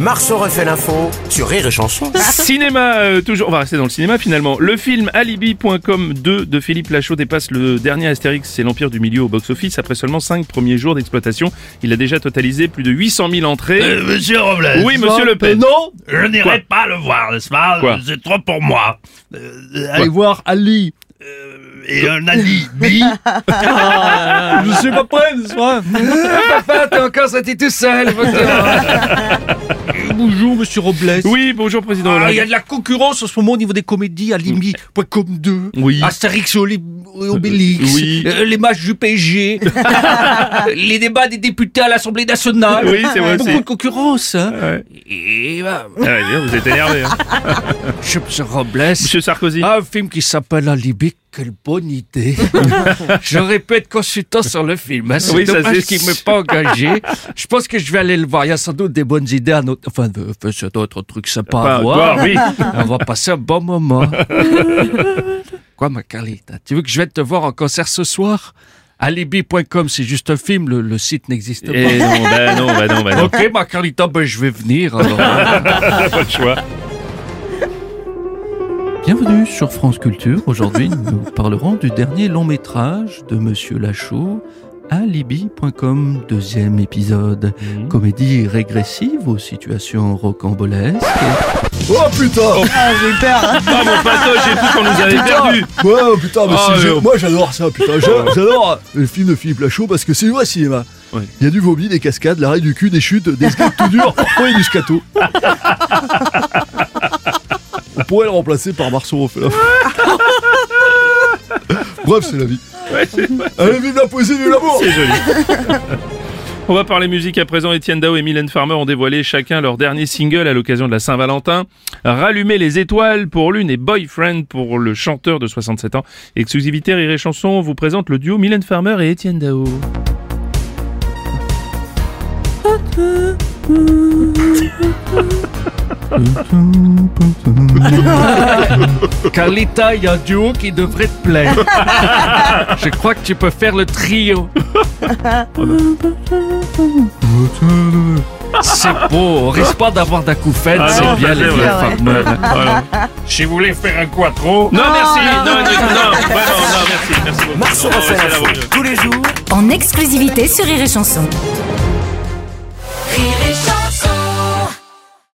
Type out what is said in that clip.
Marceau refait l'info sur Rire et Chanson. Cinéma, euh, toujours, on va rester dans le cinéma finalement. Le film Alibi.com 2 de Philippe Lachaud dépasse le dernier Astérix et l'Empire du Milieu au box-office. Après seulement 5 premiers jours d'exploitation, il a déjà totalisé plus de 800 000 entrées. Euh, Euh, monsieur Robles. Oui, monsieur Le Pen. Non, je Quoi n'irai pas le voir, n'est-ce pas Euh, Quoi C'est trop pour moi. Euh, allez Quoi voir Ali. Euh, et un Ali. Bi. Ah. Je suis pas prêt ce soir. Papa, t'es encore sorti tout seul. Euh, Bonjour, monsieur Robles. Oui, bonjour Président Ah, Il y a Hollande. de la concurrence en ce moment au niveau des comédies à Limi.com 2, Oui. Astérix et Oli- et Obélix, Oui. euh, les matchs du PSG, les débats des députés à l'Assemblée nationale. Oui, c'est vrai Beaucoup aussi. de concurrence. hein. Ouais. Et bah, Ah ouais, bien, vous êtes énervé. Ah, hein. je monsieur Robles. Monsieur Sarkozy. Un film qui s'appelle Alibi, quelle bonne idée. je répète, consultant sur le film. hein, C'est Oui, ça, dommage c'est qu'il ne m'ait sûr. pas engagé. Je pense que je vais aller le voir. Il y a sans doute des bonnes idées à notre... Enfin, de- de- c'est d'autres trucs sympas Pas à à voir. voir, oui. On va passer un bon moment. Quoi, ma Carlita Tu veux que je vienne te voir en concert ce soir Alibi.com, c'est juste un film, le, le site n'existe pas. Eh non, bah non, bah non, bah non. Ok, ma Carlita, ben, je vais venir. alors. Pas de choix. Bienvenue sur France Culture. Aujourd'hui, nous parlerons du dernier long métrage de Monsieur Lachaud, Alibi.com, deuxième épisode. Mmh. Comédie régressive aux situations rocambolesques. Oh putain Ah mon patoche et tout, on nous avait perdu. Ouais, oh, putain, mais Ah, c'est- ouais. moi j'adore ça, putain. J'a- J'adore les films de Philippe Lachaud parce que c'est du vrai cinéma. Il Ouais. y a du vomi, des cascades, l'arrêt du cul, des chutes, des skates tout durs, parfois il y a du scato. On pourrait le remplacer par Marceau refait la fou. Bref, c'est la vie. Ouais, c'est Allez, vive la poésie, vive l'amour Oh, c'est joli. On va parler musique à présent. Étienne Dao et Mylène Farmer ont dévoilé chacun leur dernier single à l'occasion de la Saint-Valentin. Rallumer les étoiles pour l'une et Boyfriend pour le chanteur de 67 ans. Exclusivité Rire et Chanson vous présente le duo Mylène Farmer et Étienne Dao. Carlita, il y a un duo qui devrait te plaire. Je crois que tu peux faire le trio. C'est beau, on risque pas d'avoir d'acouphènes, Ah c'est non, bien ça, les c'est vieilles vrai. femmes. Voilà. Si vous voulez faire un quattro, Non, merci. Non, non, non, non, bah non, non, merci. Merci beaucoup. Marceau Non, refait restez là, l'info vous deux. tous les jours en exclusivité sur Rire et Chanson.